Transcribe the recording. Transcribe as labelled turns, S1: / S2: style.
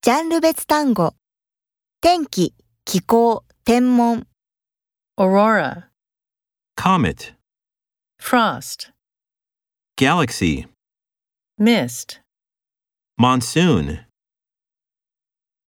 S1: ジャンル別単語。天気、気候、天文、
S2: aurora,
S3: Comet,
S2: frost,
S3: galaxy,
S2: mist.
S3: monsoon.